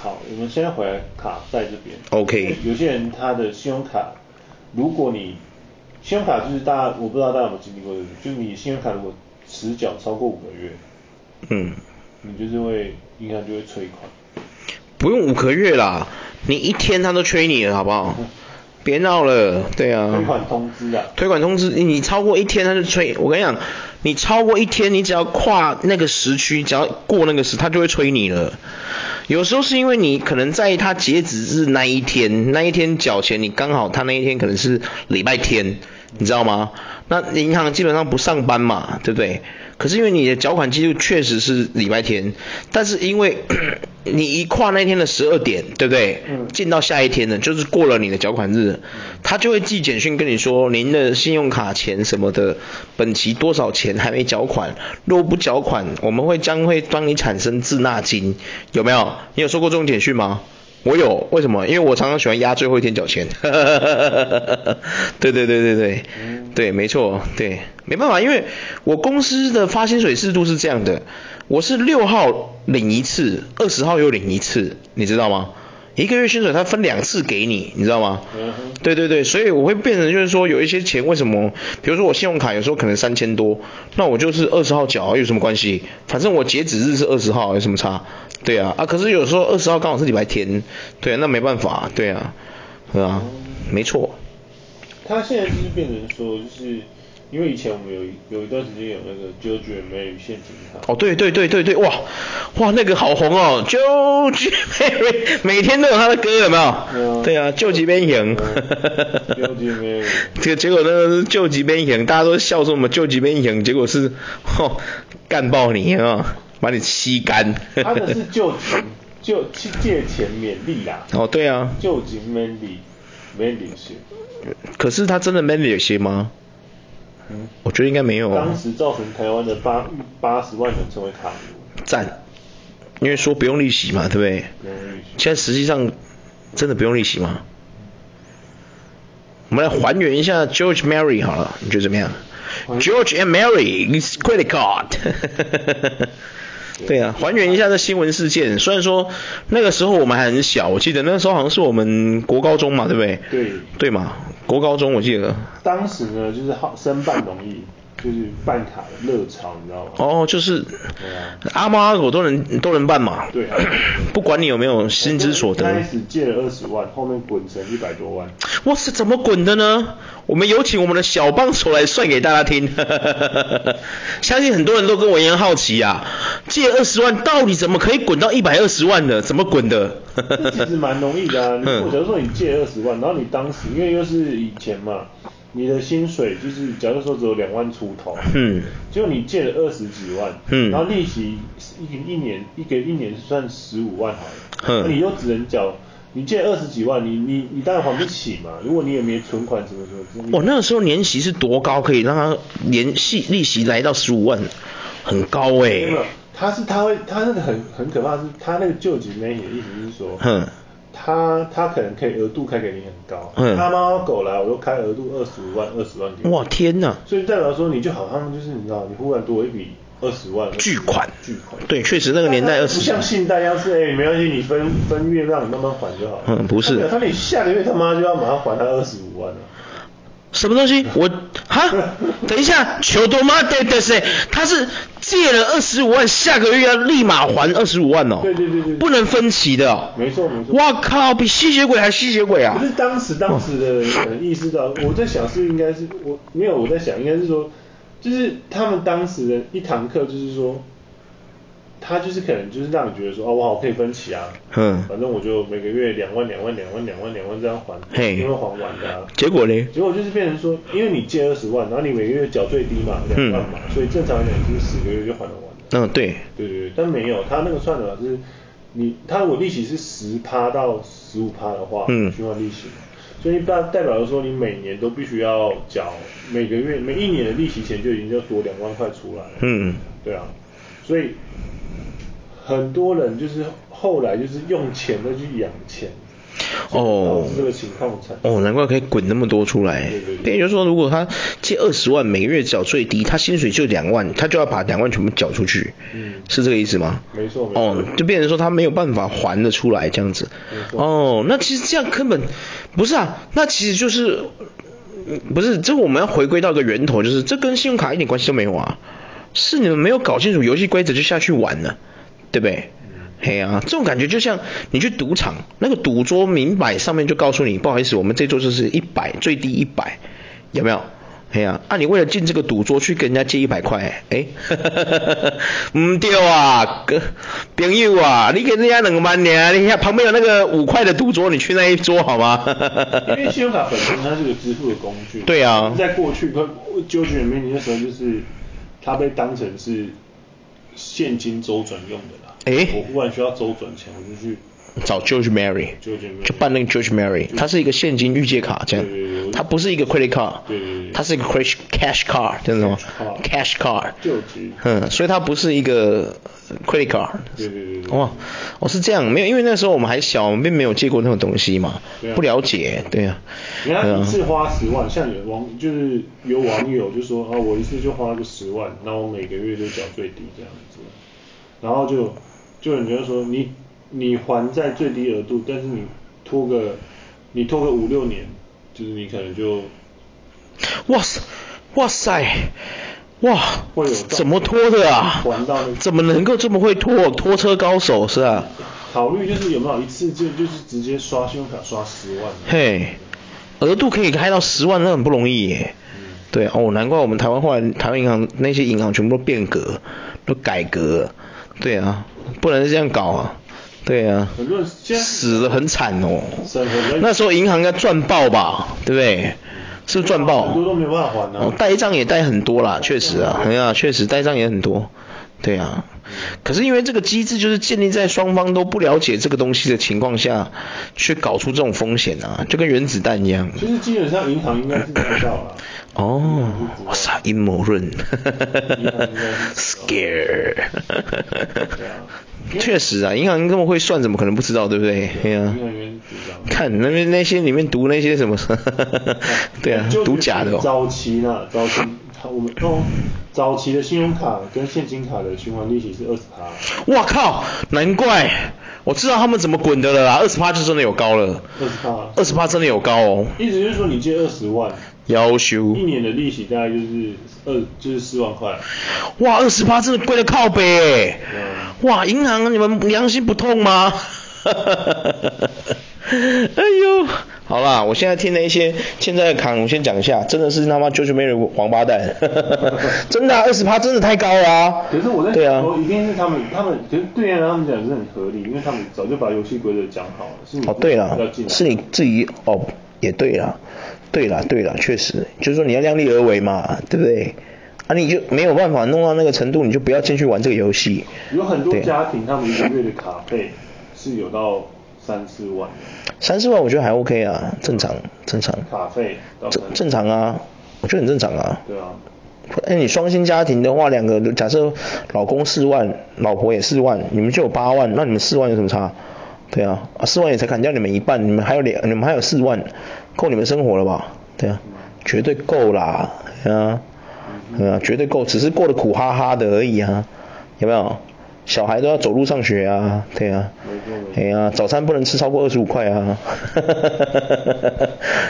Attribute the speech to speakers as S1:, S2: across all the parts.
S1: 好，我们先回来卡债这边。
S2: OK
S1: 有些人他的信用卡，如果你信用卡就是大家，我不知道大家有没有经历过这个，就是你信用卡如果迟缴超过五个月，
S2: 嗯，
S1: 你就是会银行就会催款。
S2: 不用五个月啦，你一天他都催你了，好不好？别闹了，对啊。
S1: 退款通知啊
S2: 推广通知，你超过一天他就催。我跟你讲，你超过一天，你只要跨那个时区，只要过那个时，他就会催你了。有时候是因为你可能在他截止日那一天，那一天缴钱，你刚好他那一天可能是礼拜天，你知道吗？那银行基本上不上班嘛，对不对？可是因为你的缴款记录确实是礼拜天，但是因为 你一跨那天的十二点，对不对？
S1: 嗯
S2: 进到下一天了，就是过了你的缴款日，他就会寄简讯跟你说，您的信用卡钱什么的，本期多少钱还没缴款，若不缴款，我们会将会帮你产生滞纳金，有没有？你有收过这种简讯吗？我有，为什么？因为我常常喜欢压最后一天缴钱。 对对对对对，对，没错，对，没办法，因为我公司的发薪水制度是这样的，我是六号领一次，二十号又领一次，你知道吗？一个月薪水它分两次给你，你知道吗？
S1: 嗯哼
S2: 对对对，所以我会变成就是说有一些钱为什么，比如说我信用卡有时候可能三千多，那我就是二十号缴啊有什么关系？反正我截止日是二十号，有什么差？对啊，啊可是有时候二十号刚好是礼拜天，对、啊，那没办法，对啊，对啊，没错，
S1: 他现在就是变成说，就是因为以前我们有一有一段时间有那个 j o j o Mary 现金卡，
S2: 哦对对对对对，哇哇那个好红哦，Joe Mary 每天都有他的歌有没有？ 对啊，救急边行。
S1: j o j o Mary，
S2: 这个结果那个是救急边赢，大家都笑说我们救急边赢，结果是吼、干爆你啊，把你吸干。
S1: 他的是救急救去借钱勉励啦，
S2: 哦，对啊，
S1: 救急 Mandy Mandy 是，
S2: 可是他真的 man 有些吗？
S1: 嗯，
S2: 我觉得应该没有啊
S1: 当时造成台湾的八八十万人成为卡奴，
S2: 赞，因为说不用利息嘛，对不对？
S1: 不用利息
S2: 现在实际上真的不用利息吗？我们来还原一下 George Mary 好了，你觉得怎么样
S1: 还。
S2: ？George and Mary is credit card 对啊，还原一下这新闻事件。虽然说那个时候我们还很小，我记得那时候好像是我们国高中嘛，对不对？
S1: 对
S2: 对嘛，国高中我记得。
S1: 当时呢就是好申办容易，就是办卡的热潮，你知道吗？
S2: 哦，就是
S1: 对啊
S2: 阿猫阿狗都能都能办嘛。
S1: 对啊
S2: 不管你有没有薪资所得。
S1: 开始借了二十万，后面滚成一百多 万，
S2: 哇，是怎么滚的呢？我们有请我们的小帮手来算给大家听。 相信很多人都跟我一样好奇啊，借二十万到底怎么可以滚到一百二十万的？怎么滚的？
S1: 这其实蛮容易的啊。你如果
S2: 嗯
S1: 假如说你借二十万，然后你当时因为又是以前嘛，你的薪水就是假如说只有两万出头，
S2: 嗯，
S1: 结果你借了二十几万，
S2: 嗯
S1: 然后利息一一年一个一年算十五万好了，
S2: 嗯
S1: 那你又只能缴。你借二十几万，你你你当然还不起嘛。如果你也没存款什么什么之类的，
S2: 我那个时候年息是多高，可以让他年息利息来到十五万，很高哎、
S1: 没有，他是他会他那个很很可怕的是，他那个救急媒体的意思是说，
S2: 哼
S1: 他他可能可以额度开给你很高，
S2: 嗯
S1: 他猫狗来我都开额度二十五万二十万给你，
S2: 哇天哪！
S1: 所以代表说你就好像就是你知道你忽然多一笔二十万
S2: 巨款
S1: 巨款，
S2: 对，确实那个年
S1: 但
S2: 代
S1: 它
S2: 二
S1: 不
S2: 十
S1: 像信贷一样是哎、没关系，你分分月让你慢慢还就好。
S2: 嗯不是
S1: 他你下个月他妈就要马上还他二十五万了。
S2: 什么东
S1: 嗯
S2: 西？我哈，等一下，球多妈对对谁？他是借了二十五万，下个月要立马还二十五万哦。
S1: 对对对对
S2: 不能分期的、哦。
S1: 没错没错
S2: 哇靠，比吸血鬼还吸血鬼啊
S1: 可！是当时当时的人可能意识到，我在想是应该是我没有我在想应该是说，就是他们当时的一堂课就是说，他就是可能就是让你觉得说哦，我好可以分期啊，
S2: 嗯
S1: 反正我就每个月两万两万两万两万两万这样还，
S2: 嘿
S1: 因为还完的、啊。
S2: 结果呢？
S1: 结果就是变成说，因为你借二十万，然后你每个月缴最低嘛，两万嘛，所以正常来讲就是十个月就还得完了。
S2: 嗯，对，
S1: 对对对，但没有，他那个算法是，你他如果利息是十趴到十五趴的话，
S2: 嗯
S1: 循环利息嘛，所以代代表说你每年都必须要缴每个月每一年的利息钱就已经要多两万块出来了，
S2: 嗯
S1: 对啊，所以很多人就是后来就是用钱再去养钱，导
S2: 哦
S1: 致这个情况产生。
S2: 哦，难怪可以滚那么多出来
S1: 对对。对
S2: 等于就是说，如果他借二十万，每个月缴最低，他薪水就两万，他就要把两万全部缴出去，
S1: 嗯
S2: 是这个意思吗？
S1: 没错没错
S2: 哦，就变成说他没有办法还得出来这样子
S1: 没。错
S2: 哦，那其实这样根本不是啊，那其实就是嗯不是这我们要回归到一个源头，就是这跟信用卡一点关系都没有啊，是你们没有搞清楚游戏规则就下去玩了，对不对？嘿啊，这种感觉就像你去赌场，那个赌桌明摆上面就告诉你，不好意思，我们这桌就是一百，最低一百，有没有？嘿啊，啊你为了进这个赌桌去跟人家借一百块，哎、 唔对啊，哥朋友啊，你给人家两万呢，你看旁边有那个五块的赌桌，你去那一桌好吗？
S1: 因为信用卡本身它是个支付的工具，
S2: 对啊
S1: 在过去跟纠结里面，你那时候就是它被当成是现金周转用的啦。
S2: 诶
S1: 我忽然需要周转钱，我就去
S2: 找 George Mary，
S1: George Mary
S2: 就办那个 George Mary，它是一个现金预借卡这样
S1: 对对对，
S2: 它不是一个 credit card，
S1: 对对对
S2: 它是一个 cash cash card，这样子吗
S1: 嗯 Cash
S2: ？cash card，
S1: 救急。
S2: 嗯，所以它不是一个 credit card。
S1: 对对对对
S2: 哇，哦是这样，没有，因为那时候我们还小，我们并没有借过那种东西嘛
S1: 对啊，
S2: 不了解，对啊，
S1: 人家
S2: 嗯
S1: 一次花十万，像有网就是有网友就说啊，我一次就花个十万，然后我每个月就缴最低这样子，然后就就人家说你你还在最低额度，但是你拖个你拖个五六年，就是你可能就
S2: 哇塞，哇塞，哇
S1: 会有，
S2: 怎么拖的啊
S1: 还到那个？
S2: 怎么能够这么会拖？拖车高手是啊，
S1: 考虑就是有没有一次就就是直接刷信用卡刷十万，
S2: 嘿，额度可以开到十万，那很不容易耶。
S1: 嗯
S2: 对哦，难怪我们台湾后来台湾银行那些银行全部都变革，都改革。对啊，不能这样搞啊。对啊，
S1: 很多人现在
S2: 死的很惨哦。
S1: 审核在
S2: 那时候银行应该赚爆吧，对不对？是不是赚爆？
S1: 很多都没有办法还
S2: 哦
S1: 啊，，
S2: 呆账也呆很多啦，确实啊，哎呀，确实呆账也很多，对啊。可是因为这个机制就是建立在双方都不了解这个东西的情况下，去搞出这种风险啊，就跟原子弹一样。
S1: 其实基本上银行应该是知道 了。
S2: 哦，哇塞，阴谋论 ，scare，确实啊，银行这么会算，怎么可能不知道，对不对？对啊。
S1: 银行员主张。
S2: 看那边那些里面读那些什么， 对啊
S1: 就，
S2: 读假的哦。
S1: 早期呢，早期我们哦，早期的信用卡跟现金卡的循环利息是二十趴，
S2: 哇靠，难怪我知道他们怎么滚的了啦，二十趴就真的有高了，
S1: 二十趴。
S2: 二十趴真的有高哦，
S1: 意思就是说，你借二十万，
S2: 要修
S1: 一。年的利息大概就是二，就是四万块。
S2: 哇，二十趴真的贵的靠北耶
S1: 嗯
S2: 哇，银行你们良心不痛吗？ 哎呦，好啦，我现在听了一些现在的扛，我先讲一下，真的是他妈 j o j o Mary 王八蛋， 真的啊二十趴真的太高啦、
S1: 可是我在
S2: 对啊
S1: 想说，一定是他们，他们可是对啊，他们讲是很合理，因为他们早就把游戏规则讲好了，是你
S2: 哦，对
S1: 要啊
S2: 了
S1: 进，来
S2: 是你自己哦，也对了，对了，对了，确实，就是说你要量力而为嘛，对不对？啊，你就没有办法弄到那个程度，你就不要进去玩这个游戏。
S1: 有很多
S2: 对
S1: 家庭，他们一个月的卡费是有到三四万的
S2: 三四万我觉得还 OK 啊，正常，正常，
S1: 卡费到
S2: 正
S1: 三
S2: 正常啊，我觉得很正常啊。
S1: 对啊，
S2: 哎，你双薪家庭的话，两个假设老公四万，老婆也四万，你们就有八万，那你们四万有什么差？对啊，啊四万也才砍掉你们一半，你们还有两，你们还有四万，够你们生活了吧？对啊，绝对够啦，对啊，对啊，绝对够，只是过得苦哈哈的而已啊，有没有？小孩都要走路上学啊，对啊
S1: 没错没，错
S2: 哎呀、早餐不能吃超过二十五块啊，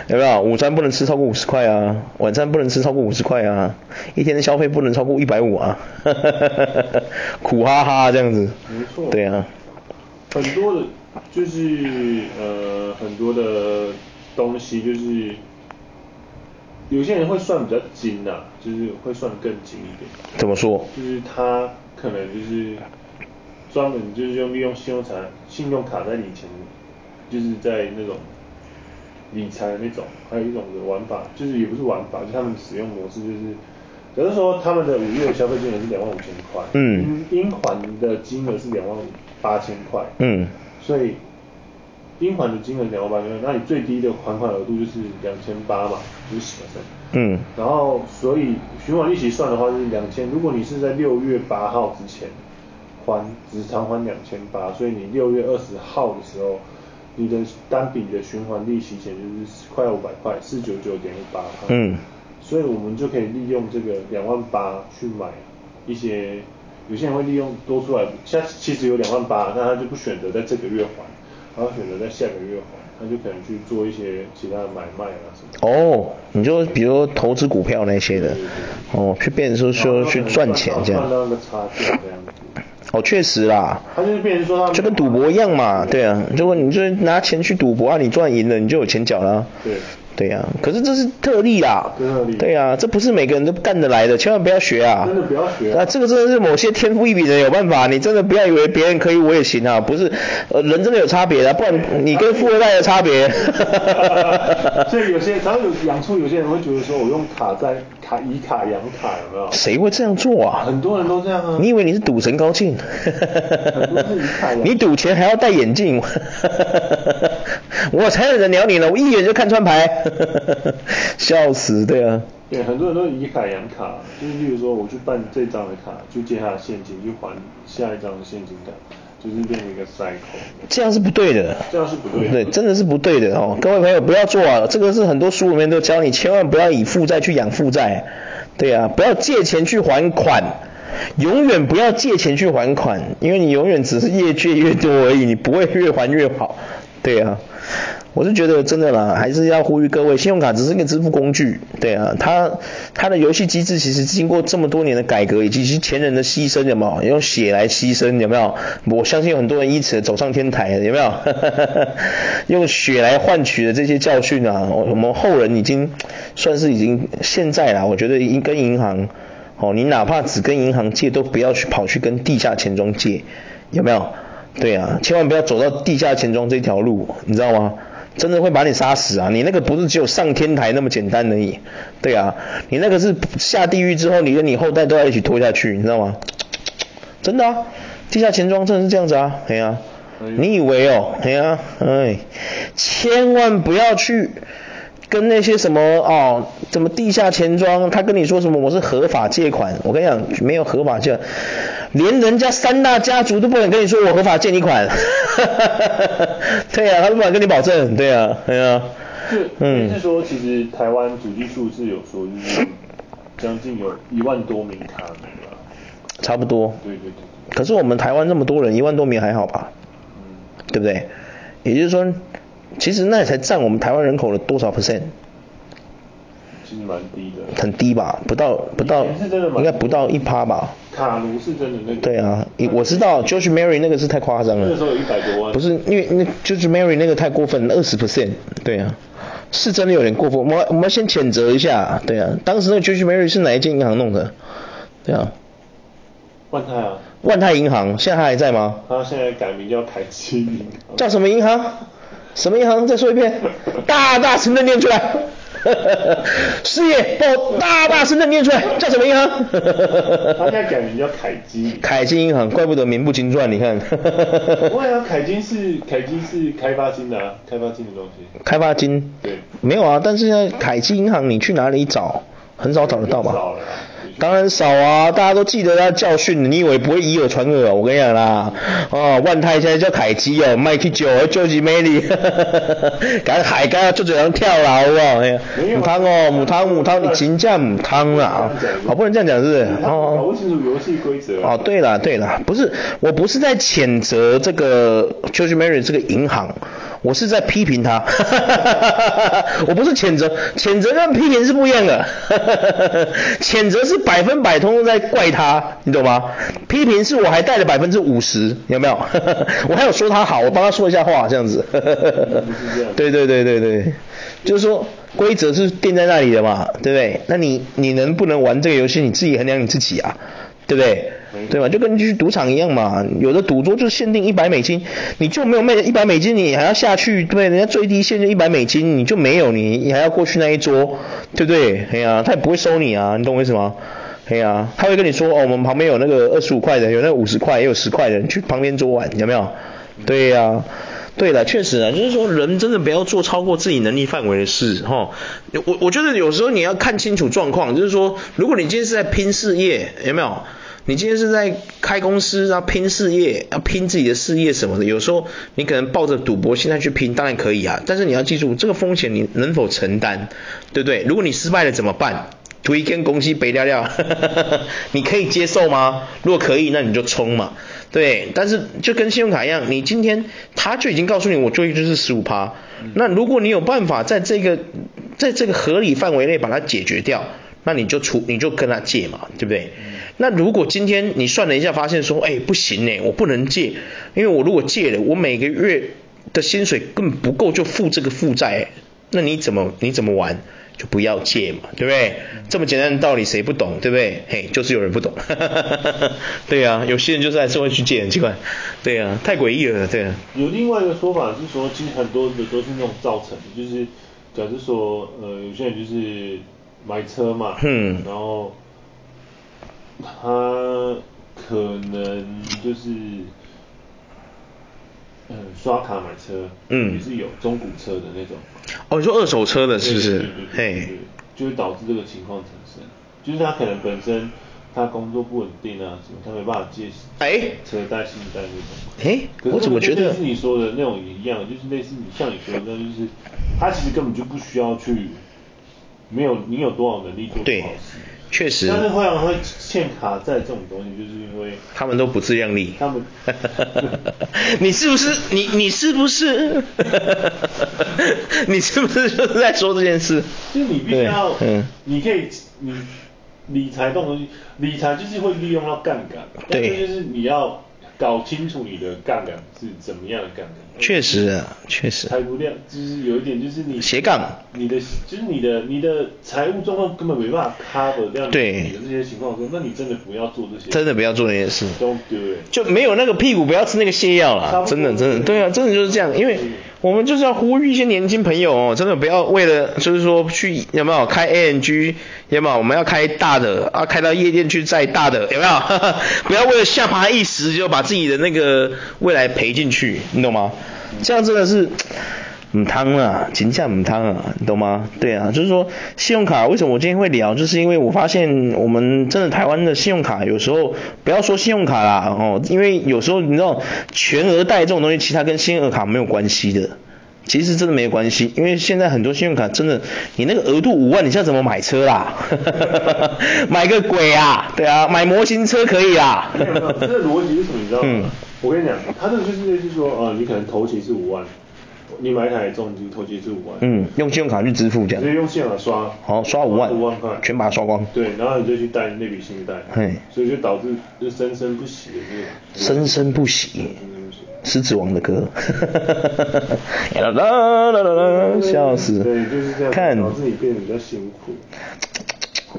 S2: 有没有？午餐不能吃超过五十块啊，晚餐不能吃超过五十块啊，一天的消费不能超过一百五啊， 苦哈哈这样子，
S1: 没错
S2: 对啊，
S1: 很多的，就是呃很多的东西，就是有些人会算比较精呐、就是会算更精一点，
S2: 怎么说？
S1: 就是他可能就是专门就是用利用信用卡、信用卡在理钱，就是在那种理财的那种，还有一种的玩法，就是也不是玩法，就是他们使用模式就是。假如说他们的五月消费金额是两万五千块，
S2: 嗯
S1: 应应还的金额是两万八千块，
S2: 嗯，
S1: 所以应还的金额两万八千，那你最低的还款额度就是两千八嘛，就是十 p
S2: 嗯
S1: 然后所以循环利息算的话就是两千，如果你是在六月八号之前还，只偿还两千八，所以你六月二十号的时候你的单笔的循环利息险就是快要五百块，四九九点一八块。
S2: 嗯，
S1: 所以我们就可以利用这个两万八去买一些，有些人会利用多出来，像其实有两万八，那他就不选择在这个月还，他会选择在下个月还，他就可能去做一些其他的买卖啊什么的。
S2: 哦，你就比如说投资股票那些的
S1: 对对，
S2: 哦，去变成说
S1: 然
S2: 说
S1: 后
S2: 去
S1: 可能
S2: 赚钱
S1: 到
S2: 这
S1: 赚
S2: 样，
S1: 到那个差价这样子。
S2: 哦，确实啦，
S1: 他就是变成说他
S2: 就跟赌博一样嘛，对啊，如果你就是拿钱去赌博啊，你赚赢了你就有钱缴啦、
S1: 对
S2: 对呀、可是这是特例啦，
S1: 特例
S2: 对啊呀、这不是每个人都干得来的，千万不要学啊，
S1: 真的不要学啊
S2: 那这个真的是某些天赋异禀的人有办法，你真的不要以为别人可以，我也行啊，不是，呃，人真的有差别的、不然你跟富二代的差别，
S1: 所以有些然后有养出有些人会觉得说，我用卡在卡以卡养卡有没有？
S2: 谁会这样做啊？
S1: 很多人都这样啊。
S2: 你以为你是赌神高进
S1: 多是以啊卡养？
S2: 你赌钱还要戴眼镜， 我才有人鸟你呢，我一眼就看穿牌，, 笑死，对啊。
S1: 对，很多人都以卡养卡，就是例如说我去办这张的卡，去借他的现金，去还下一张的现金卡，就是变成一个 cycle。
S2: 这样是不对的，
S1: 这样是不对的
S2: 对，真的是不对的哦，各位朋友不要做啊，这个是很多书里面都教你，千万不要以负债去养负债，对啊，不要借钱去还款，永远不要借钱去还款，因为你永远只是越借越多而已，你不会越还越好，对啊。我是觉得真的啦，还是要呼吁各位，信用卡只是一个支付工具，对啊，它它的游戏机制其实经过这么多年的改革，以及其前人的牺牲，有没有用血来牺牲，有没有？我相信有很多人因此走上天台，有没 有？用血来换取的这些教训啊，我我们后人已经算是已经现在啦，我觉得应跟银行。哦，你哪怕只跟银行借，都不要去跑去跟地下钱庄借，有没有？对啊，千万不要走到地下钱庄这条路，你知道吗？真的会把你杀死啊！你那个不是只有上天台那么简单而已，对啊，你那个是下地狱之后，你跟你后代都要一起拖下去，你知道吗？真的啊，地下钱庄真的是这样子啊，哎呀、
S1: 哎呦
S2: 你以为哦，哎呀、哎，千万不要去跟那些什么哦，什么地下钱庄，他跟你说什么我是合法借款，我跟你讲没有合法借款，连人家三大家族都不敢跟你说我合法借你款， 对呀、他都不敢跟你保证，对啊呀、对呀、
S1: 是，
S2: 嗯
S1: 就是说，其实台湾主计数是有说，就是将近有一万多名卡民吧。
S2: 差不多。
S1: 对对对对，
S2: 可是我们台湾那么多人，一万多名还好吧？
S1: 嗯，
S2: 对不对？也就是说，其实那也才占我们台湾人口的多少 percent？
S1: 其实蛮低的。
S2: 很低吧，不到不到，
S1: 以前是真的蛮
S2: 应该不到一趴吧？
S1: 卡奴是真的那个。
S2: 对啊，我知道 George Mary 那个是太夸张了。
S1: 那个时候有100多万
S2: 不是因为那 George Mary 那个太过分了，二十 percent。对啊，是真的有点过分。我们我们要先谴责一下。对啊，当时那个 George Mary 是哪一间银行弄的？对啊，
S1: 万泰啊，
S2: 万泰银行，现在它还在吗？
S1: 他现在改名叫台积银行。
S2: 叫什么银行？什么银行？再说一遍，大大声的念出来。 事业，帮我大大声的念出来，叫什么银行？
S1: 他现在改名叫凯基。
S2: 凯基银行，怪不得名不经传，你看。
S1: 不会啊，凯基是凯基是开发金的、啊，开发金的东西。
S2: 开发金。
S1: 对
S2: 没有啊，但是呢，凯基银行你去哪里找？很少找得到吧？
S1: 很少了啦的确
S2: 当然少啊，大家都记得他的教训，你以为不会以耳传耳？我跟你讲啦，哦，万泰现在叫凯基哦，麦去酒，救急美女， 赶海干啊就这样跳啦，好不好？哎呀
S1: 没有啊
S2: 母汤哦，母汤母汤，你请假母汤啦
S1: 不能这样讲，
S2: 哦，不能这样讲是不是？
S1: 他
S2: 哦
S1: 搞。不清楚游戏规则、啊。
S2: 哦，对了对了，不是，我不是在谴责这个 George Mary 这个银行，我是在批评他， 我不是谴责，谴责跟批评是不一样的， 谴责是百分百通通在怪他，你懂吗？批评是我还带了百分之五十，有没有？ 我还有说他好，我帮他说一下话，这样子，
S1: 这样
S2: 对对对对对，就是说规则是定在那里的嘛，对不对？那你你能不能玩这个游戏，你自己衡量你自己啊，对不对
S1: 没？错
S2: 对吧？就跟你去赌场一样嘛，有的赌桌就限定一百美金，你就没有卖一百美金，你还要下去，对不对，人家最低限就一百美金，你就没有，你你还要过去那一桌，对不对？哎呀、他也不会收你啊，你懂我意思吗？哎呀、他会跟你说哦，我们旁边有那个二十五块的，有那个五十块，也有十块的，你去旁边桌玩，有没有？对呀、对了，确实啊，就是说人真的不要做超过自己能力范围的事，哈。我我觉得有时候你要看清楚状况，就是说，如果你今天是在拼事业，有没有？你今天是在开公司，然后拼事业，要拼自己的事业什么的，有时候你可能抱着赌博心态去拼，当然可以啊，但是你要记住这个风险你能否承担，对不对？如果你失败了怎么办？图一根公鸡白尿尿， 你可以接受吗？如果可以，那你就冲嘛，对。但是就跟信用卡一样，你今天他就已经告诉你，我最就是十五趴。那如果你有办法在这个在这个合理范围内把它解决掉，那你就出你就跟他借嘛，对不对？那如果今天你算了一下，发现说，哎，不行呢，我不能借，因为我如果借了，我每个月的薪水根本不够就付这个负债，那你怎么你怎么玩？就不要借嘛，对不对？这么简单的道理谁不懂，对不对？嘿，就是有人不懂， 对啊，有些人就是还是会去借，很奇怪，对啊，太诡异了，对啊。
S1: 有另外一个说法是说，其实很多的都是那种造成的，就是假设说，呃，有些人就是买车嘛，
S2: 嗯
S1: 然后他可能就是，呃，刷卡买车，
S2: 嗯
S1: 也是有中古车的那种，
S2: 哦，你说二手车的是不是
S1: 对对？对对
S2: 嘿
S1: 对，就会导致这个情况产生，就是他可能本身他工作不稳定啊，什么他没办法借
S2: 哎
S1: 车贷、信贷那种。
S2: 哎，
S1: 可是
S2: 我怎么
S1: 就
S2: 觉得
S1: 类似？你说的那种一样，就是类似你像你说的那样，就是他其实根本就不需要去，没有你有多少能力做多
S2: 对
S1: 少事。
S2: 确实，
S1: 但是会啊让会欠卡债这种东西，就是因为
S2: 他们都不自量力。
S1: 他们
S2: 你是不是你你是不是 你是不是就是在说这件事？
S1: 就是你必须要
S2: 对嗯，
S1: 你可以你理财这种东西，理财就是会利用到杠杆，但
S2: 对
S1: 是就是你要搞清楚你的杠杆是怎么样的杠杆。
S2: 确实啊，确实
S1: 财不量就是有一点就是你
S2: 斜杠
S1: 你的就是你的你的财务状况根本没办法 cover 掉你
S2: 对
S1: 你的这些情况的时候，那你真的不要做这些，
S2: 真的不要做这件事。
S1: don't do it。
S2: 就没有那个屁股不要吃那个泻药
S1: 差
S2: 啦，
S1: 不多
S2: 真的真的，对啊，真的就是这样，因为
S1: 嗯
S2: 我们就是要呼吁一些年轻朋友哦，真的不要为了就是说去有没有开 ANG 有没有我们要开大的啊，开到夜店去再大的 有没有？不要为了下爬一时就把自己的那个未来赔进去，你懂吗？这样真的是。母汤啊，金价母汤啊，你懂吗？对啊，就是说信用卡为什么我今天会聊，就是因为我发现我们真的台湾的信用卡有时候不要说信用卡啦，哦，因为有时候你知道全额贷这种东西，其实它跟信用卡没有关系的。其实真的没有关系，因为现在很多信用卡真的，你那个额度五万，你现在怎么买车啦？ 买个鬼啊！对啊，买模型车可以啦。
S1: 没有没有，这个逻辑是什么？你知道
S2: 嗯
S1: 吗？我跟你讲，他这个就是类似说，呃，你可能头期是五万，你买一台重机头期是五万，
S2: 嗯，哦用信用卡去支付这
S1: 直接
S2: 样，
S1: 用信用卡刷，
S2: 好刷五万，
S1: 五万块，
S2: 全把它刷光。
S1: 对，然后你就去贷那笔信贷
S2: 嘿，
S1: 所以就导致就生生不息的这个
S2: 生生不息，
S1: 生生不息。
S2: 狮子王的歌， 啦啦啦啦啦，笑死！
S1: 对，就是这样，
S2: 看，
S1: 导致你变得比较辛苦。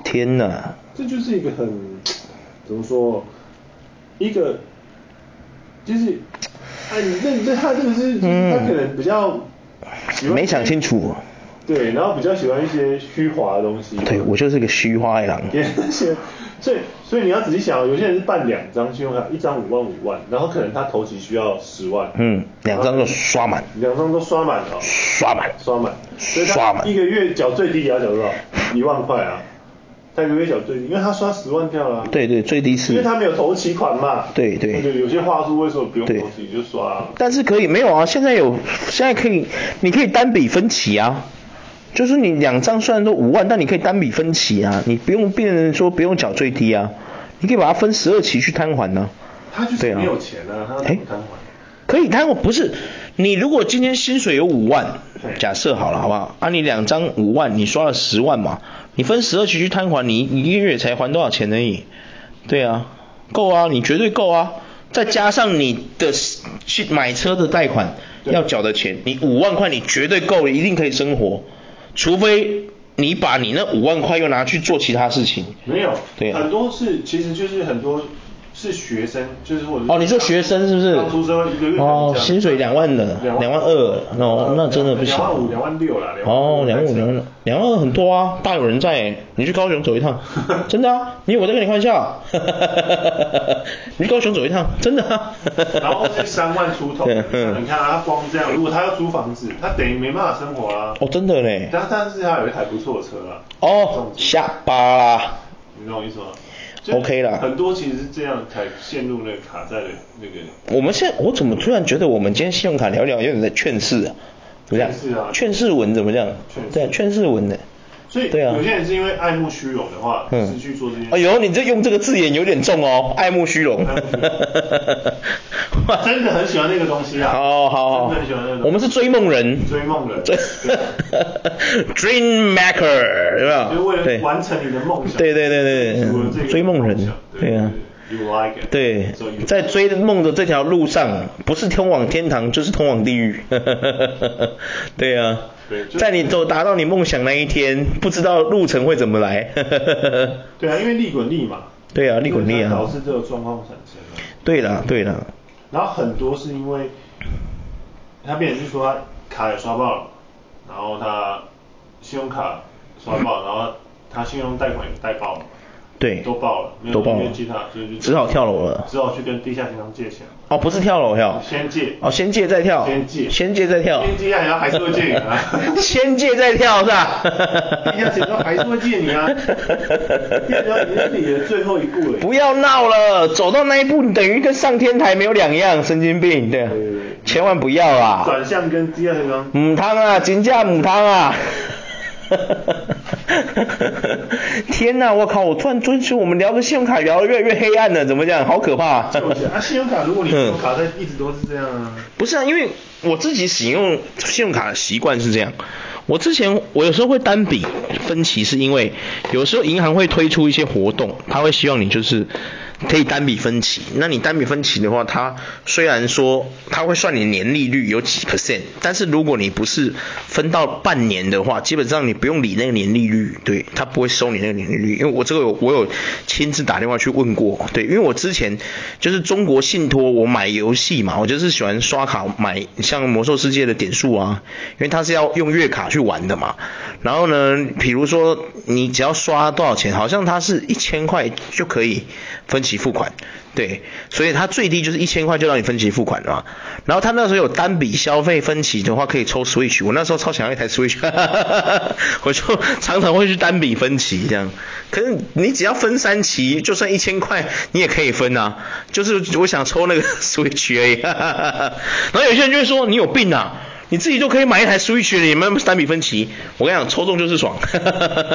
S2: 天哪，
S1: 这就是一个很怎么说，一个就是，哎，你这你这他这个是，就是他可能比较喜欢
S2: 嗯没想清楚。
S1: 对，然后比较喜欢一些虚华的东西。
S2: 对我就是个虚花一郎，
S1: 也是，所以所以你要仔细想哦，有些人是办两张信用卡，一张五万五万，然后可能他头期需要十万，
S2: 嗯，两张都刷满，
S1: 两张都刷满了哦、
S2: 刷满，
S1: 刷满，所以
S2: 刷
S1: 他
S2: 满
S1: 一个月缴最低也要缴多少？一万块啊，他一个月缴最低，因为他刷十万票啦、啊
S2: 对对，最低
S1: 因为
S2: 是，
S1: 他没有投期款嘛。
S2: 对对
S1: 那就有些话术为什么不用
S2: 对
S1: 投期就刷、啊？
S2: 但是可以没有啊，现在有，现在可以，你可以单笔分期啊。就是你两张虽然都五万，但你可以单笔分期啊，你不用变成说不用缴最低啊，你可以把它分十二期去摊还啊呢、
S1: 他就是没有钱啊，他
S2: 哎
S1: 怎么摊还？
S2: 可以，但我不是你。如果今天薪水有五万
S1: 对，
S2: 假设好了，好不好？啊，你两张五万，你刷了十万嘛，你分十二期去摊还，你你一个月才还多少钱而已？对啊，够啊，你绝对够啊。再加上你的去买车的贷款
S1: 对
S2: 要缴的钱，你五万块你绝对够了，一定可以生活，除非你把你那五万块又拿去做其他事情。
S1: 没有，
S2: 对啊
S1: 很多是其实就是很多是学生，就是或者是
S2: 哦，你说学生是不是？
S1: 刚出生一个月可能
S2: 哦，
S1: 这样
S2: 薪水两万的，
S1: 两万
S2: 两万二，哦，那真的不行。
S1: 两万五两万六啦两万
S2: 哦
S1: 五，
S2: 两万
S1: 两
S2: 五、两
S1: 万六
S2: 万六两万二很多啊，大有人在欸。你去高雄走 一趟，真的啊？你以为我在跟你开玩笑啊？ 你去高雄走一趟，真的啊？
S1: 然后是三万出头，
S2: 对
S1: 你
S2: 嗯
S1: 看啊，他光这样，如果他要租房子，他等于没办法生活啊啦。
S2: 哦，真的嘞。
S1: 但但是他有一台不错的车啦。
S2: 哦，下巴啦。
S1: 啊你懂我意思吗？就
S2: OK 啦
S1: 很多其实是这样才陷入那个卡债的那个。
S2: 我们现在我怎么突然觉得我们今天信用卡聊一聊有点在劝世啊？怎么样？
S1: 劝世啊
S2: 劝世文怎么样？
S1: 劝世
S2: 对，啊劝世文的。
S1: 所以
S2: 对啊
S1: 有些人是因为爱慕虚荣的话，
S2: 嗯
S1: 是去做这件事。
S2: 哎呦，你这用这个字眼有点重
S1: 嗯
S2: 哦，爱慕虚荣。
S1: 爱慕 虚荣嗯真的很喜欢那个东西啊！
S2: 好哦好好
S1: 真的很喜欢那个东西。
S2: 我们是追梦人，
S1: 追梦人，
S2: 追 ，dream maker，对吧？
S1: 就为
S2: 对
S1: 了完成你的梦想。
S2: 对对对对嗯
S1: 除了这个
S2: 追梦人
S1: 梦想
S2: 对
S1: 对
S2: 啊。
S1: You like it？
S2: 对
S1: So，you-
S2: 在追梦的这条路上，不是通往天堂，就是通往地狱。 对啊
S1: 对，就
S2: 在你走达到你梦想那一天，不知道路程会怎么来。
S1: 对啊，因为利滚利嘛。
S2: 对啊利滚利啊
S1: 因为它导致这个状况产生了。
S2: 对啦，对啦，
S1: 然后很多是因为他变成是说他卡也刷爆了，然后他信用卡刷爆，然后他信用贷款也贷爆了，
S2: 对，
S1: 都爆了，没有
S2: 都爆
S1: 没
S2: 了
S1: 有其他，所以就
S2: 只好跳楼了
S1: 只好去跟地下银行借钱，
S2: 哦，不是跳楼跳，
S1: 先借，
S2: 哦，先借再跳，
S1: 先借
S2: 先借再跳，
S1: 先借啊然后还是会借你 啊
S2: 先借再跳 是吧？
S1: 地下钱庄还是会借你啊，地下钱庄已经是你的最后一步了，
S2: 不要闹了，走到那一步，你等于跟上天台没有两样，神经病，对，
S1: 对对
S2: 千万不要啊！
S1: 转向跟地下钱庄
S2: 母汤啊，金价母 汤啊！天哪，我靠！我突然遵循我们聊个信用卡聊得越来越黑暗了，怎么讲？好可怕、
S1: 借钱啊，信用卡如果你信用卡在一直都是这样啊，
S2: 不是啊，因为我自己使用信用卡的习惯是这样。我之前我有时候会单笔分期，是因为有时候银行会推出一些活动，他会希望你就是可以单笔分期。那你单笔分期的话，它虽然说它会算你年利率有几 percent，但是如果你不是分到半年的话，基本上你不用理那个年利率，对，它不会收你那个年利率。因为我这个有我有亲自打电话去问过，对，因为我之前就是中国信托，我买游戏嘛，我就是喜欢刷卡买像魔兽世界的点数啊，因为它是要用月卡去玩的嘛。然后呢，比如说你只要刷多少钱，好像它是一千块就可以分期付款，对，所以它最低就是一千块就让你分期付款嘛。然后它那时候有单笔消费分期的话，可以抽 Switch，我那时候超想要一台 Switch，我就常常会去单笔分期这样。可是你只要分三期，就算一千块你也可以分啊，就是我想抽那个 Switch 而已。然后有些人就会说你有病啊。你自己就可以买一台 Switch 了，你们单笔分期，我跟你讲，抽中就是爽，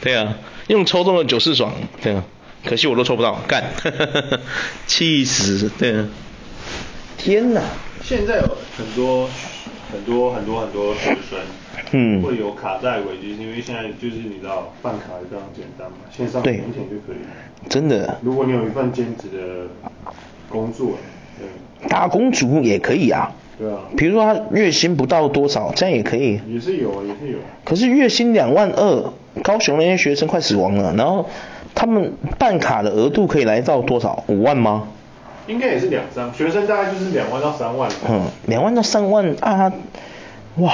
S2: 对啊，用抽中的九是爽，对啊，可惜我都抽不到，干， 气死，对啊，天哪，
S1: 现在有很多很多很多很多学生，
S2: 嗯
S1: 会有卡债危机，是因为现在就是你知道办卡非常简单嘛，线上
S2: 对
S1: 零钱就可以。
S2: 真的，
S1: 如果你有一份兼职的工作，对
S2: 打工族也可以啊，
S1: 对啊，
S2: 比如说他月薪不到多少，这样也可以，
S1: 也是有啊，也是有啊。
S2: 可是月薪两万二，高雄那些学生快死亡了，然后他们办卡的额度可以来到多少？五万吗？
S1: 应该也是两三，学生大概就是两万到三万。
S2: 嗯，两万到三万啊，哇！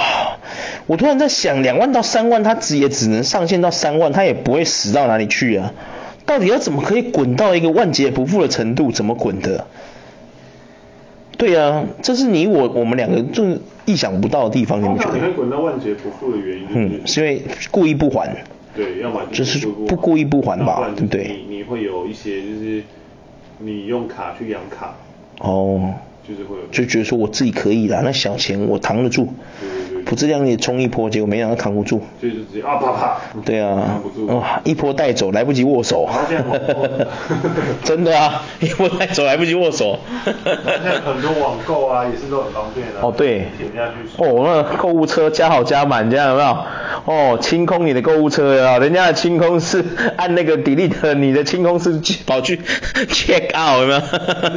S2: 我突然在想，两万到三万，它只也只能上限到三万，它也不会死到哪里去啊。到底要怎么可以滚到一个万劫不复的程度？怎么滚的？对啊，这是你我我们两个就是意想不到的地方，你
S1: 通
S2: 们觉
S1: 常你会
S2: 得？
S1: 滚到万劫不复的原因，就是、
S2: 嗯，是因为故意不还。
S1: 对，要么
S2: 就是不故意不还吧
S1: 要然就是
S2: 对不对
S1: 你你会有一些就是你用卡去养卡，
S2: 哦，
S1: 就是会有。
S2: 就觉得说我自己可以啦，那小钱我扛得住
S1: 对对，对
S2: 不自量力冲一波，结果没想到扛不住。
S1: 所以就直接啊啪啪，
S2: 对啊
S1: 扛不，住，
S2: 哇，一波带走，来不及 握手，
S1: 好像网购
S2: 真的啊，一波带走，来不及握 手。
S1: 现在很多网购啊，也是都很方便的、
S2: 哦，对
S1: 点下去，
S2: 哦，我那个购物车加好加满，这样有没有？哦，清空你的购物车啊，人家的清空是按那个 delete，你的清空是跑去 check out 有没有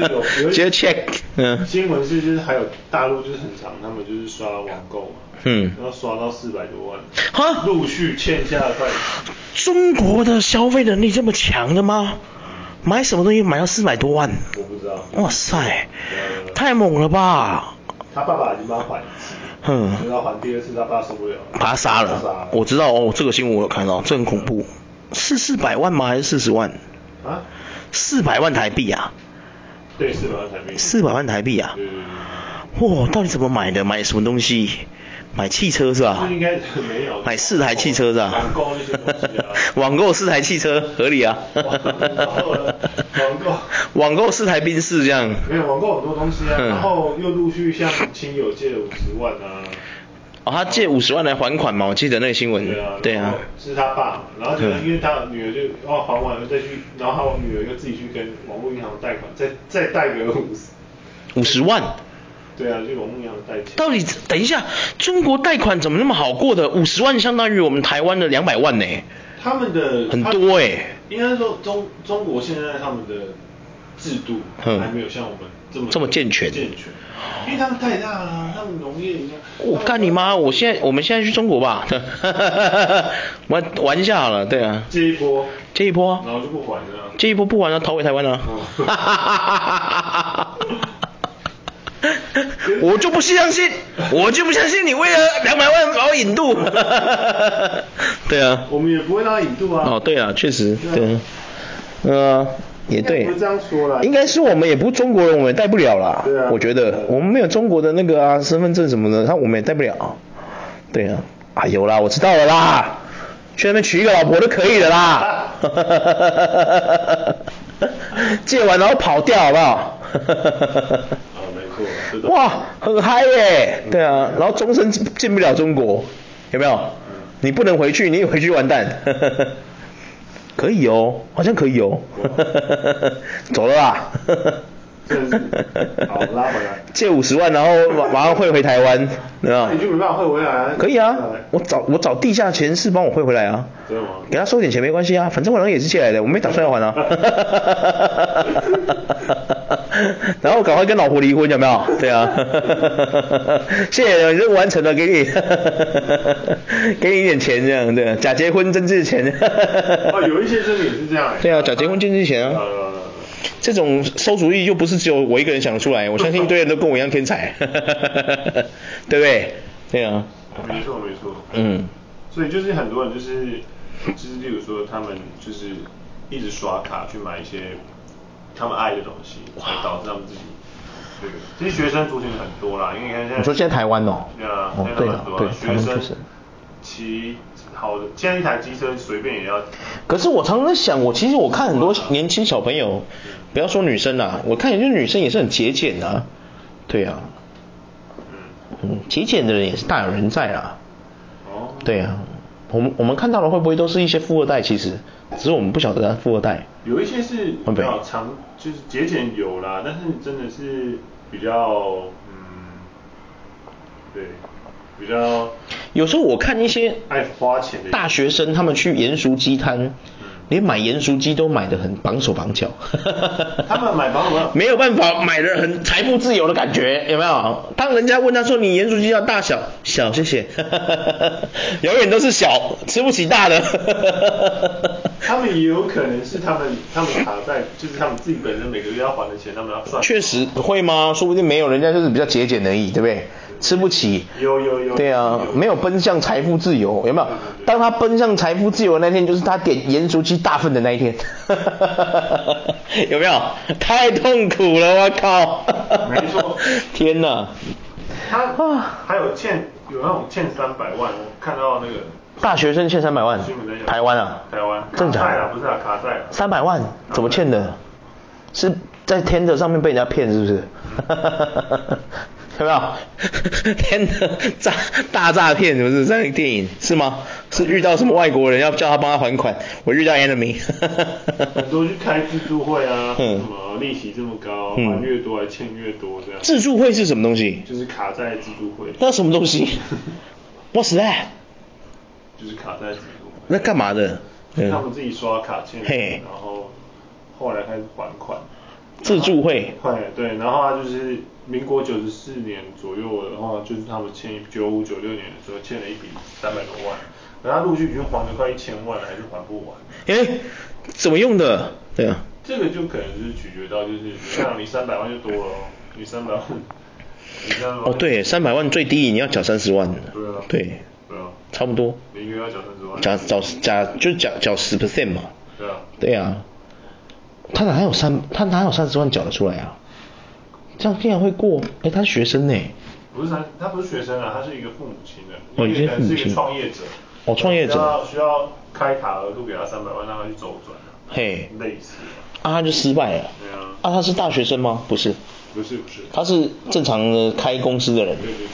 S1: 就是有？有一
S2: 直接 check，嗯
S1: 新闻是就是还有大陆就是很长，他们就是刷网购嘛，
S2: 嗯，
S1: 然后刷到四百多万，
S2: 哈
S1: 陆续欠下了快，
S2: 中国的消费能力这么强的吗？买什么东西买到四百多万？
S1: 我不知道，呃
S2: 哇塞，太猛了吧！
S1: 他爸爸已经帮他还一次，
S2: 嗯
S1: 等到还第二次他爸受不了了，
S2: 把他杀
S1: 把他杀
S2: 了
S1: 了。
S2: 我知道哦，这个新闻我有看到，这很恐怖。是四百万吗？还是四十万？
S1: 啊，
S2: 四百万台币啊！
S1: 对，四百万台币，
S2: 四百万台币啊！
S1: 对，对对
S2: 哇，到底怎么买的？买什么东西？买汽车是吧
S1: 这？应该没有。
S2: 买四台汽车是吧？
S1: 网购那些东西啊
S2: 网购四台汽车合理啊。
S1: 网购网购
S2: 网购四台宾士这样。
S1: 没有网购很多东西啊，
S2: 嗯
S1: 然后又陆续向亲友借了五十万啊。
S2: 哦，他借五十万来还款嘛，我记得那个新闻。
S1: 对啊，
S2: 对
S1: 然
S2: 啊
S1: 后。是他爸，然后就
S2: 嗯
S1: 因为他女儿就哦还完了再去，然后他女儿又自己去跟网络银行贷款，再再贷个五十，
S2: 五十万，
S1: 对啊，去网络银行贷钱。
S2: 到底等一下，中国贷款怎么那么好过的？五十万相当于我们台湾的两百万呢、
S1: 他们的
S2: 很多欸
S1: 他应该说中中国现在他们的制度
S2: 嗯
S1: 还没有像我们这么
S2: 这么健全
S1: 健全，因为他们太大了，他们农业一样。
S2: 我、
S1: 他们
S2: 哦干你妈！我现在我们现在去中国吧， 玩玩一下了，对啊，
S1: 这一波，
S2: 这一波啊
S1: 然，后就不还了。
S2: 这一波不玩了，逃回台湾了
S1: 哦。
S2: 我就不相信，我就不相信你为了两百万把我引渡。 对啊，
S1: 我们也不会让他引渡啊。
S2: 哦，对啊，确实，
S1: 对啊
S2: 对啊，呃，也对
S1: 应该不是这样说啦，
S2: 应该是我们也不是中国人，我们也带不了啦。
S1: 对啊
S2: 我觉得我们没有中国的那个啊身份证什么的，他我们也带不了。对啊，啊有啦，我知道了啦，去那边娶一个老婆就可以了 啦。借完然后跑掉好不好？
S1: 啊，没错，是的。
S2: 哇，很嗨耶！对啊，然后终身进不了中国，有没有？你不能回去，你一回去完蛋。 可以哦，好像可以哦。 走了啦。
S1: 真是好拉回来
S2: 借五十万，然后马马上汇回台湾，对吧
S1: 那哎你？就没办法汇回来啊。
S2: 可以啊
S1: 汇回来，
S2: 我找我找地下钱是帮我汇回来啊。
S1: 真的吗？
S2: 给他收点钱没关系啊，反正我好像也是借来的，我没打算要 还啊。然后赶快跟老婆离婚，有没有？对啊，谢谢，任务完成了，给你， 给你一点钱这样，对、啊，假结婚真治钱。
S1: 哦，有一些真的也是这样欸。
S2: 对啊，假结婚真治钱啊。
S1: 呃，
S2: 这种馊主意又不是只有我一个人想得出来，我相信一堆人都跟我一样天才， 对不对？对啊，
S1: 没错没错。
S2: 嗯，
S1: 所以就是很多人就是就是，例如说他们就是一直刷卡去买一些他们爱的东西，才导致他们自己这个。其实学生族群很多啦，因为你看现在
S2: 你说现在台湾哦
S1: 对啊，
S2: 哦
S1: 现在
S2: 对
S1: 很
S2: 啊
S1: 多啊
S2: 对台
S1: 学生
S2: 湾确实
S1: 骑好的，现在一台机车随便也要
S2: 可是我常常在想，我其实我看很多年轻小朋友，不要说女生啦、我看有些女生也是很节俭啊，对啊，
S1: 嗯
S2: 嗯，节俭的人也是大有人在啦、
S1: 哦
S2: 对啊，我们我们看到的会不会都是一些富二代？其实，只是我们不晓得他是富二代。
S1: 有一些是比
S2: 很北
S1: 较长，就是节俭有啦，但是真的是比较，嗯，对，比较
S2: 有时候我看一些
S1: 爱花钱的嗯
S2: 大学生他们去盐酥鸡摊，连买盐酥鸡都买的很绑手绑脚。
S1: 他们买房子
S2: 没有办法买的很财富自由的感觉，有没有？当人家问他说你盐酥鸡要大小小，谢 谢，永远都是小，吃不起大的。
S1: 他们也有可能是他们他们卡在，就是他们自己本身每个月要还的钱，他们要算。
S2: 确实会吗？说不定没有，人家就是比较节俭而已，对不对？吃不起。
S1: 有有有
S2: 对啊，没有奔向财富自由，有没有
S1: 对对？对
S2: 当他奔向财富自由的那天，就是他点盐酥鸡大份的那一天， 有没有？太痛苦了，我靠！
S1: 没错
S2: 天哪！
S1: 他
S2: 啊
S1: 还有欠有那种欠三百万，我看到那个
S2: 大学生欠三百万
S1: 新闻在讲，
S2: 台湾啊，
S1: 台湾
S2: 真假
S1: 卡债啊
S2: 的？
S1: 不是啊卡债啊
S2: 三百万怎么欠的？是在天的上面被人家骗是不 是？有没 有？天的诈大诈骗是不是？在电影是吗？是遇到什么外国人要叫他帮他还款？我遇到 enemy，
S1: 很多去开自助会啊，
S2: 嗯
S1: 什么利息这么高，
S2: 嗯
S1: 还越多还欠越多这样。
S2: 自助会是什么东西？
S1: 就是卡在自助会，
S2: 那什么东西？What's that？
S1: 就是卡在自助会。
S2: 那干嘛的？嗯
S1: 他们自己刷卡欠
S2: 嘿
S1: 钱，然后后来开始还款。
S2: 自助会。
S1: 快对，然后他就是民国九十四年左右的话，就是他们欠九五九六年的时候欠了一笔三百多万，然后他陆续已经还了快一千万了，还是还不完。
S2: 哎，怎么用的？对啊。
S1: 这个就可能就是取决到就是，像你三百万就多了哦，你三百万，你三百万
S2: 哦，对，三百万最低你要缴三十万。
S1: 对啊
S2: 对，
S1: 对啊，
S2: 差不多。
S1: 你一个月要缴三十万，
S2: 缴缴缴就缴缴十 percent 嘛。
S1: 对啊，
S2: 对啊，他哪有三他哪有三十万缴得出来啊？这样竟然会过？哎，他学生呢？
S1: 不是他，他不是学生啊，他是一个父母亲的，
S2: 哦
S1: 因
S2: 你
S1: 为
S2: 是
S1: 可能是一
S2: 父
S1: 个
S2: 亲
S1: 创业者，
S2: 哦，创业
S1: 需
S2: 者，
S1: 要需要开卡额度给他三百万，让他去周转啊，
S2: 嘿，
S1: 类似啊，
S2: 啊他就失败了。
S1: 对啊，
S2: 啊他是大学生吗？不是，
S1: 不是不是，
S2: 他是正常的开公司的人
S1: 对，对对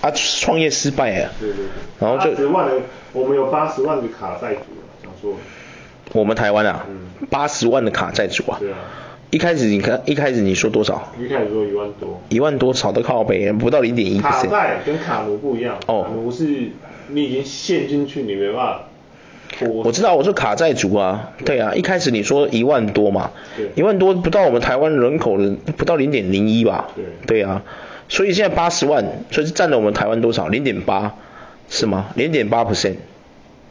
S2: 啊创业失败了。
S1: 对啊对，
S2: 然后就
S1: 十万的，我们有八十万个卡债主啊，想说，
S2: 我们台湾啊
S1: 嗯，
S2: 八十万的卡债主啊，
S1: 对啊，
S2: 一开始你看一开始你说多少？
S1: 一开始说一万多，
S2: 一万多炒的靠北，不到零点一
S1: 卡
S2: percent。
S1: 债跟卡奴不一样，
S2: 哦
S1: 卡奴是你已经陷进去，你没办法
S2: 我
S1: 脱，
S2: 知道，我说卡债族啊，对啊，一开始你说一万多嘛
S1: 对，
S2: 一万多不到我们台湾人口的不到零点零一吧，
S1: 对
S2: 啊，所以现在八十万，所以占了我们台湾多少？零点八是吗？零点八 percent，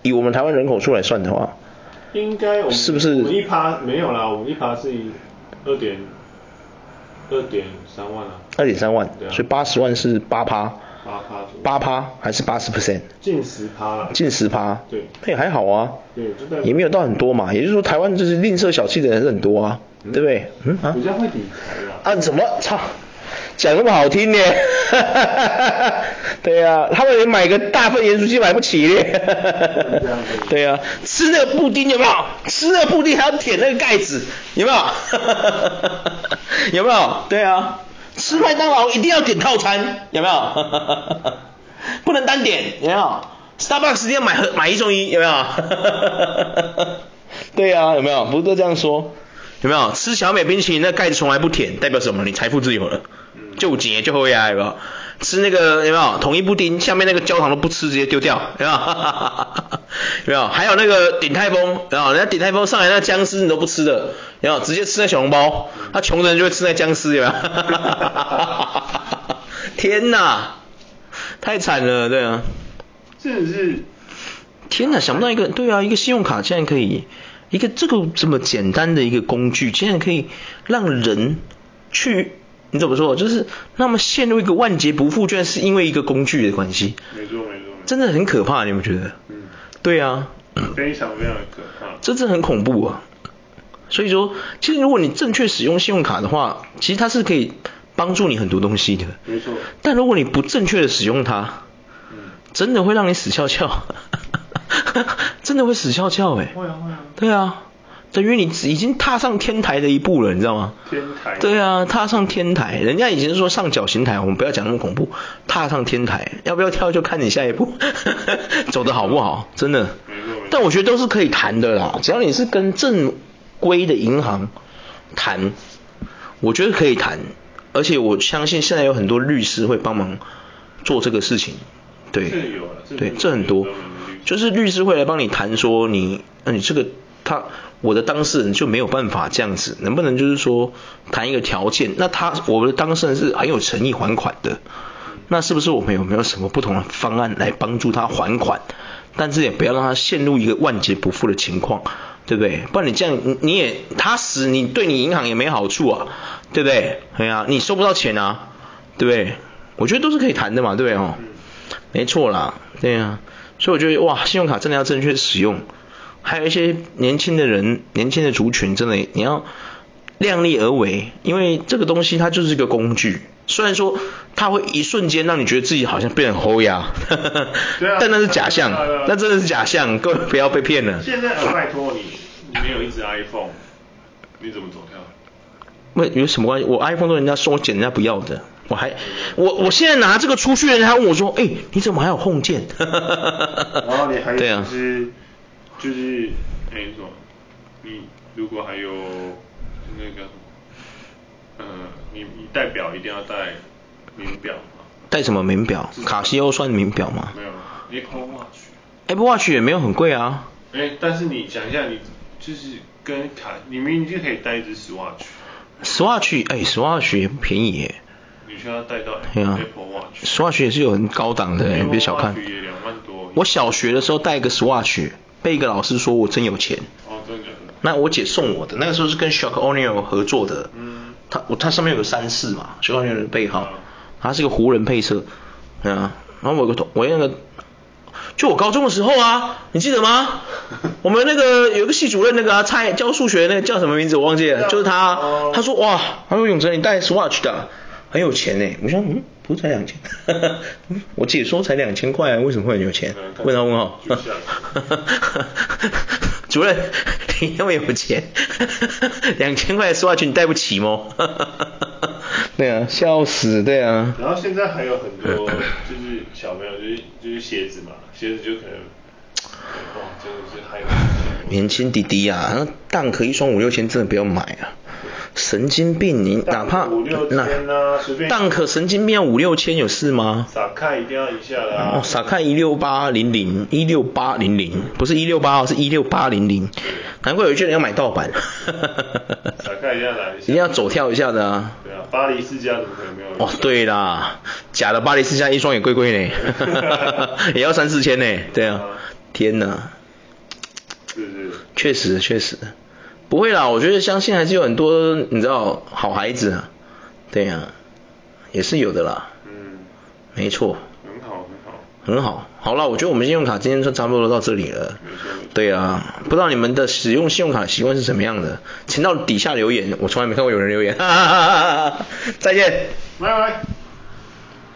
S2: 以我们台湾人口数来算的话，
S1: 应该我们
S2: 是不是
S1: 我们一趴没有啦，我们一趴是二点二点三万啊，
S2: 二点三万
S1: 对，啊
S2: 所以八十万是八趴，
S1: 八趴左右，
S2: 八趴还是八十 percent，
S1: 近十趴啦，
S2: 近十趴，
S1: 对
S2: 那也还好啊，
S1: 对，就在
S2: 也没有到很多嘛，也就是说台湾就是吝啬小气的人是很多啊，对不对？嗯啊
S1: 比。较会理财啦，
S2: 啊，怎么操？讲那么好听呢？ 对呀、啊，他们连买个大份盐酥鸡买不起呢。 对呀、啊，吃那个布丁有没有？吃那个布丁还要舔那个盖子，有没 有？有没有？对啊，吃麦当劳一定要点套餐，有没有？ 不能单点，有没有？Starbucks 一定要买盒买一送一，有没有？ 对呀、啊，有没有？不是都这样说？有没有吃小美冰淇淋那盖子从来不舔，代表什么？你财富自由了，就节就后呀，有没有？吃那个有没有统一布丁，下面那个焦糖都不吃，直接丢掉，有没 有？有没有？还有那个鼎泰丰，有没有？人家鼎泰丰上来那僵尸你都不吃的，有没有？直接吃那小笼包，他穷人就会吃那僵尸，有没有？天哪，太惨了，对啊。
S1: 甚至是
S2: 天哪，想不到一个对啊，一个信用卡竟然可以，一个这个这么简单的一个工具，竟然可以让人去，你怎么说，就是那么陷入一个万劫不复，居然是因为一个工具的关系，
S1: 没错没错，没错
S2: 真的很可怕，你们觉得？
S1: 嗯，
S2: 对啊，
S1: 非常非常的可怕，
S2: 这真的很恐怖啊。所以说，其实如果你正确使用信用卡的话，其实它是可以帮助你很多东西的。
S1: 没错，
S2: 但如果你不正确的使用它，
S1: 嗯，
S2: 真的会让你死翘翘， 真的会死翘翘哎、
S1: 会啊会啊，
S2: 对啊，等于你已经踏上天台的一步了，你知道吗？
S1: 天台，
S2: 对啊，踏上天台，人家以前说上绞刑台，我们不要讲那么恐怖，踏上天台，要不要跳就看你下一步 走的好不好，真的
S1: 没错没错。
S2: 但我觉得都是可以谈的啦，只要你是跟正规的银行谈，我觉得可以谈，而且我相信现在有很多律师会帮忙做这个事情，对，
S1: 是有啊是
S2: 对，
S1: 有
S2: 这很
S1: 有
S2: 多
S1: 有律师，
S2: 就是律师会来帮你谈说你，那你这个他我的当事人就没有办法这样子，能不能就是说谈一个条件？那他我的当事人是很有诚意还款的，那是不是我们有没有什么不同的方案来帮助他还款？但是也不要让他陷入一个万劫不复的情况，对不对？不然你这样你你也他死，你对你银行也没好处啊，对不对？哎呀、你收不到钱啊，对不对？我觉得都是可以谈的嘛，对不对哦？
S1: 嗯
S2: 没错啦，对啊，所以我觉得哇，信用卡真的要正确使用，还有一些年轻的人、年轻的族群，真的你要量力而为，因为这个东西它就是一个工具，虽然说它会一瞬间让你觉得自己好像变得很齁呀，
S1: 对啊
S2: 但那是假象
S1: 对啊对啊对啊，
S2: 那真的是假象，各位不要被骗了。
S1: 现在呃拜托你，你没有一只 iPhone，你怎么走 跳？
S2: 那有什么关系？我 iPhone 都人家送我捡人家不要的，我还我我现在拿这个出去，人家还问我说，哎、你怎么还有 home 键？
S1: 然后你还有
S2: 对啊
S1: 就，是、就是哎、什么？你如果还有那个，呃，你你戴表一定要戴名表吗？
S2: 带什么名表？卡西欧算名表吗
S1: 没有，Apple 啊 Watch。
S2: ？Apple Watch 也没有很贵啊。
S1: 哎、但是你想一下，你就是跟卡，你明明就可以戴一只 Swatch，
S2: Swatch 哎，Swatch 也不便宜耶
S1: 你需要戴到
S2: 对啊
S1: Apple Watch，
S2: ，Swatch 也是有很高档的耶，
S1: Apple
S2: 别小看
S1: Watch。也两万多。
S2: 我小学的时候带一个 Swatch，被一个老师说我真有钱。
S1: 哦，真的假的？
S2: 那我姐送我的，那个时候是跟 Shock O'Neill 合作的，
S1: 嗯
S2: 它我它上面有个三四嘛，Shock O'Neill 的背号
S1: 嗯，
S2: 它是个湖人配色，嗯、啊，然后我有个同我有那个，就我高中的时候啊，你记 得吗？我们那个有个系主任那个啊，蔡教数学那个叫什么名字我忘记了，就是他啊，
S1: 哦
S2: 他说哇，他说永哲你带 Swatch 的啊，很有钱呢。我想，嗯，不是才 两千，我姐说才两千块，啊为什么会很有钱？问号问号
S1: 嗯就像。
S2: 主任，你那么有钱，两千块的塑化裙你带不起吗？ 对啊，笑死，对啊。
S1: 然后现在还有很 多就是小朋友就是就是鞋子嘛，鞋子就可能，哇，真的是还有
S2: 年轻弟弟啊，那蛋壳一双五六千，真的不要买啊！神经病，你哪怕
S1: 五六千啊随便
S2: 蛋壳神经病要五六千有事吗？
S1: 傻看一定要一下的
S2: 哦
S1: 啊，，
S2: 傻看一六八零零一六八零零，不是一六八哦，是一六八零零，难怪有一些人要买盗版，
S1: 傻看一定要来一
S2: 一
S1: 下，
S2: 定要走跳一下的啊！
S1: 对啊，巴黎世家怎么可能没有？
S2: 哦，，对啦，假的巴黎世家一双也贵贵呢，也要三四千呢，对啊，天哪！
S1: 是不是？
S2: 确实确实，不会啦，我觉得相信还是有很多你知道好孩子啊，对呀、也是有的啦，
S1: 嗯，
S2: 没错，
S1: 很好很好，
S2: 很好，好啦，我觉得我们信用卡今天就差不多到这里了
S1: 没错没错。
S2: 对啊，不知道你们的使用信用卡的习惯是怎么样的，请到底下留言，我从来没看过有人留言，哈哈哈哈哈哈再见。
S1: 拜拜。